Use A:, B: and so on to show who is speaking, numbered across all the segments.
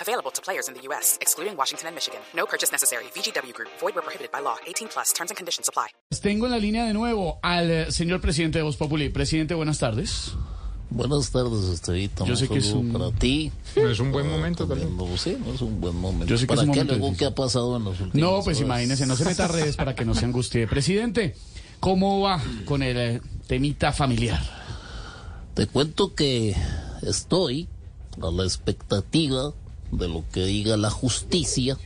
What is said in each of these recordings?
A: Available to players in the U.S., excluding Washington and Michigan. No purchase necessary. VGW Group, void were prohibited by law. 18 plus terms and conditions apply.
B: Pues Tengo en la línea de nuevo al eh, señor presidente de Voz Populi. Presidente, buenas tardes.
C: Buenas tardes, Estevita.
B: Yo sé que es
C: saludo
B: un-
C: para ti.
D: No es un buen momento también.
C: No, sí, no es un buen momento.
B: Yo sé que
C: ¿Para
B: es un
C: qué
B: momento
C: luego
B: difícil.
C: qué ha pasado en los últimos
B: No, pues
C: horas?
B: imagínese, no se meta a redes para que no se angustie. Presidente, ¿cómo va con el eh, temita familiar?
C: Te cuento que estoy a la expectativa de lo que diga la justicia,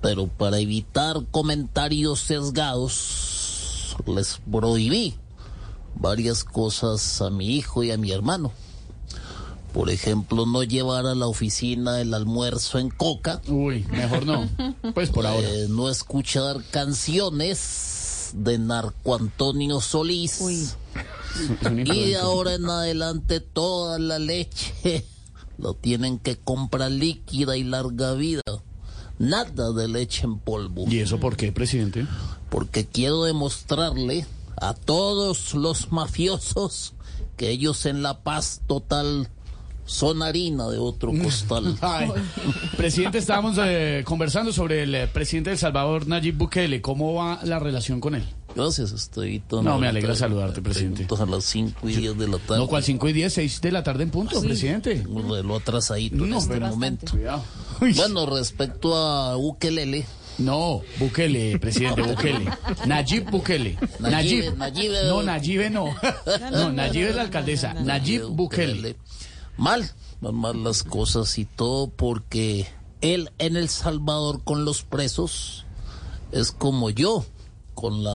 C: pero para evitar comentarios sesgados, les prohibí varias cosas a mi hijo y a mi hermano. Por ejemplo, no llevar a la oficina el almuerzo en coca.
B: Uy, mejor no. Pues por ahora.
C: Eh, no escuchar canciones de Narco Antonio
B: Es
C: Solís.
B: un
C: Y de
B: imprudente.
C: ahora en adelante toda la leche lo tienen que comprar líquida y larga vida. Nada de leche en polvo.
B: ¿Y eso por qué, presidente?
C: Porque quiero demostrarle a todos los mafiosos que ellos en La Paz total son harina de otro costal.
B: Ay, presidente, estábamos eh, conversando sobre el eh, presidente del Salvador, Nayib Bukele. ¿Cómo va la relación con él?
C: Gracias, Estevito.
B: No, me alegra saludarte, presidente.
C: Preguntas A las 5 y 10 de la tarde.
B: No, cual 5 y 10, 6 de la tarde en punto, presidente.
C: Un reloj atrasadito en
B: No,
C: este
B: pero-
C: momento.
B: Cuidado. Uy.
C: Bueno, respecto a Ukelele,
B: No, Bukele, presidente Bukele. Nayib Bukele.
C: Nayib,
B: Nayib.
C: Nayib.
B: No, Nayib no. No, Nayib es la alcaldesa. Nayib Bukele.
C: Eh, Ukelele, mal, van mal las cosas y todo porque él en El Salvador con los presos es como yo con la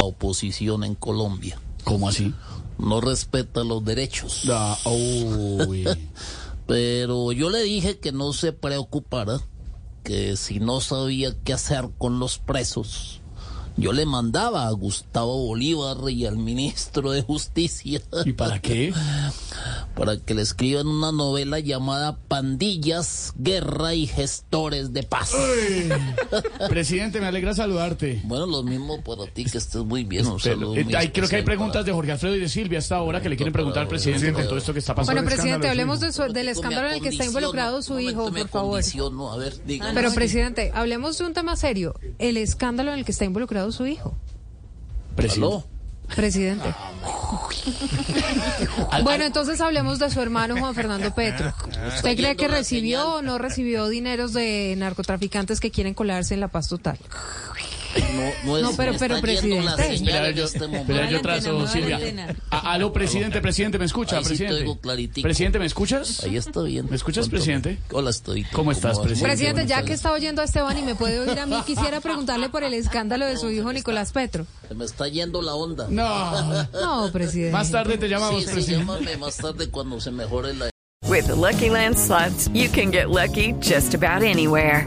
C: oposición en Colombia.
B: ¿Cómo así?
C: No respeta los derechos.
B: Da- uy.
C: Pero yo le dije que no se preocupara, que si no sabía qué hacer con los presos, yo le mandaba a Gustavo Bolívar y al ministro de Justicia
B: ¿Y para qué?
C: para que le escriban una novela llamada Pandillas, Guerra y Gestores de Paz.
B: Presidente, me alegra saludarte.
C: Bueno, lo mismo para ti, que estés muy bien. Un saludo
B: Eh,
C: muy
B: ay, creo que hay
C: especial
B: preguntas
C: para-
B: de Jorge Alfredo y de Silvia hasta ahora que le quieren preguntar al presidente con todo esto que está pasando.
E: Bueno, presidente, hablemos de su-
C: Pero
E: del
C: me
E: escándalo en el que está
C: acondiciono,
E: involucrado su
C: un
E: hijo,
C: momento me
E: por favor.
C: acondiciono, A ver, díganos.
E: Pero, presidente, hablemos de un tema serio. El escándalo en el que está involucrado su hijo.
B: Presidente.
C: ¿Aló?
E: Presidente.
B: Al-
E: Bueno, entonces hablemos de su hermano Juan Fernando Petro. ¿Usted cree que recibió o no recibió dineros de narcotraficantes que quieren colarse en la paz total?
C: No, es-
E: No, pero-
C: me
E: pero,
C: está yendo la
E: presidente.
C: señal
B: Espera,
C: en
B: yo,
C: este momento.
B: espera, yo trazo,
E: Nueva
B: Silvia.
E: antena.
B: A- Aló, presidente, presidente, ¿me escucha?
C: Ahí sí te
B: Presidente.
C: oigo claritico.
B: Presidente, ¿me escuchas?
C: Ahí está bien.
B: ¿Me escuchas,
C: Cuéntame.
B: presidente?
C: Hola, estoy.
B: ¿Cómo estás,
C: vas? Muy bien,
E: Presidente, ya que
C: gracias.
E: está oyendo a Esteban y me puede oír a mí, quisiera preguntarle por el escándalo de su hijo Nicolás Petro.
C: Se me está yendo la onda.
B: No.
E: No, presidente.
B: Más tarde te llamamos,
C: Sí, sí,
B: presidente.
C: llámame eh, más tarde cuando se mejore la...
F: With the Lucky Land slots, you can get lucky just about anywhere.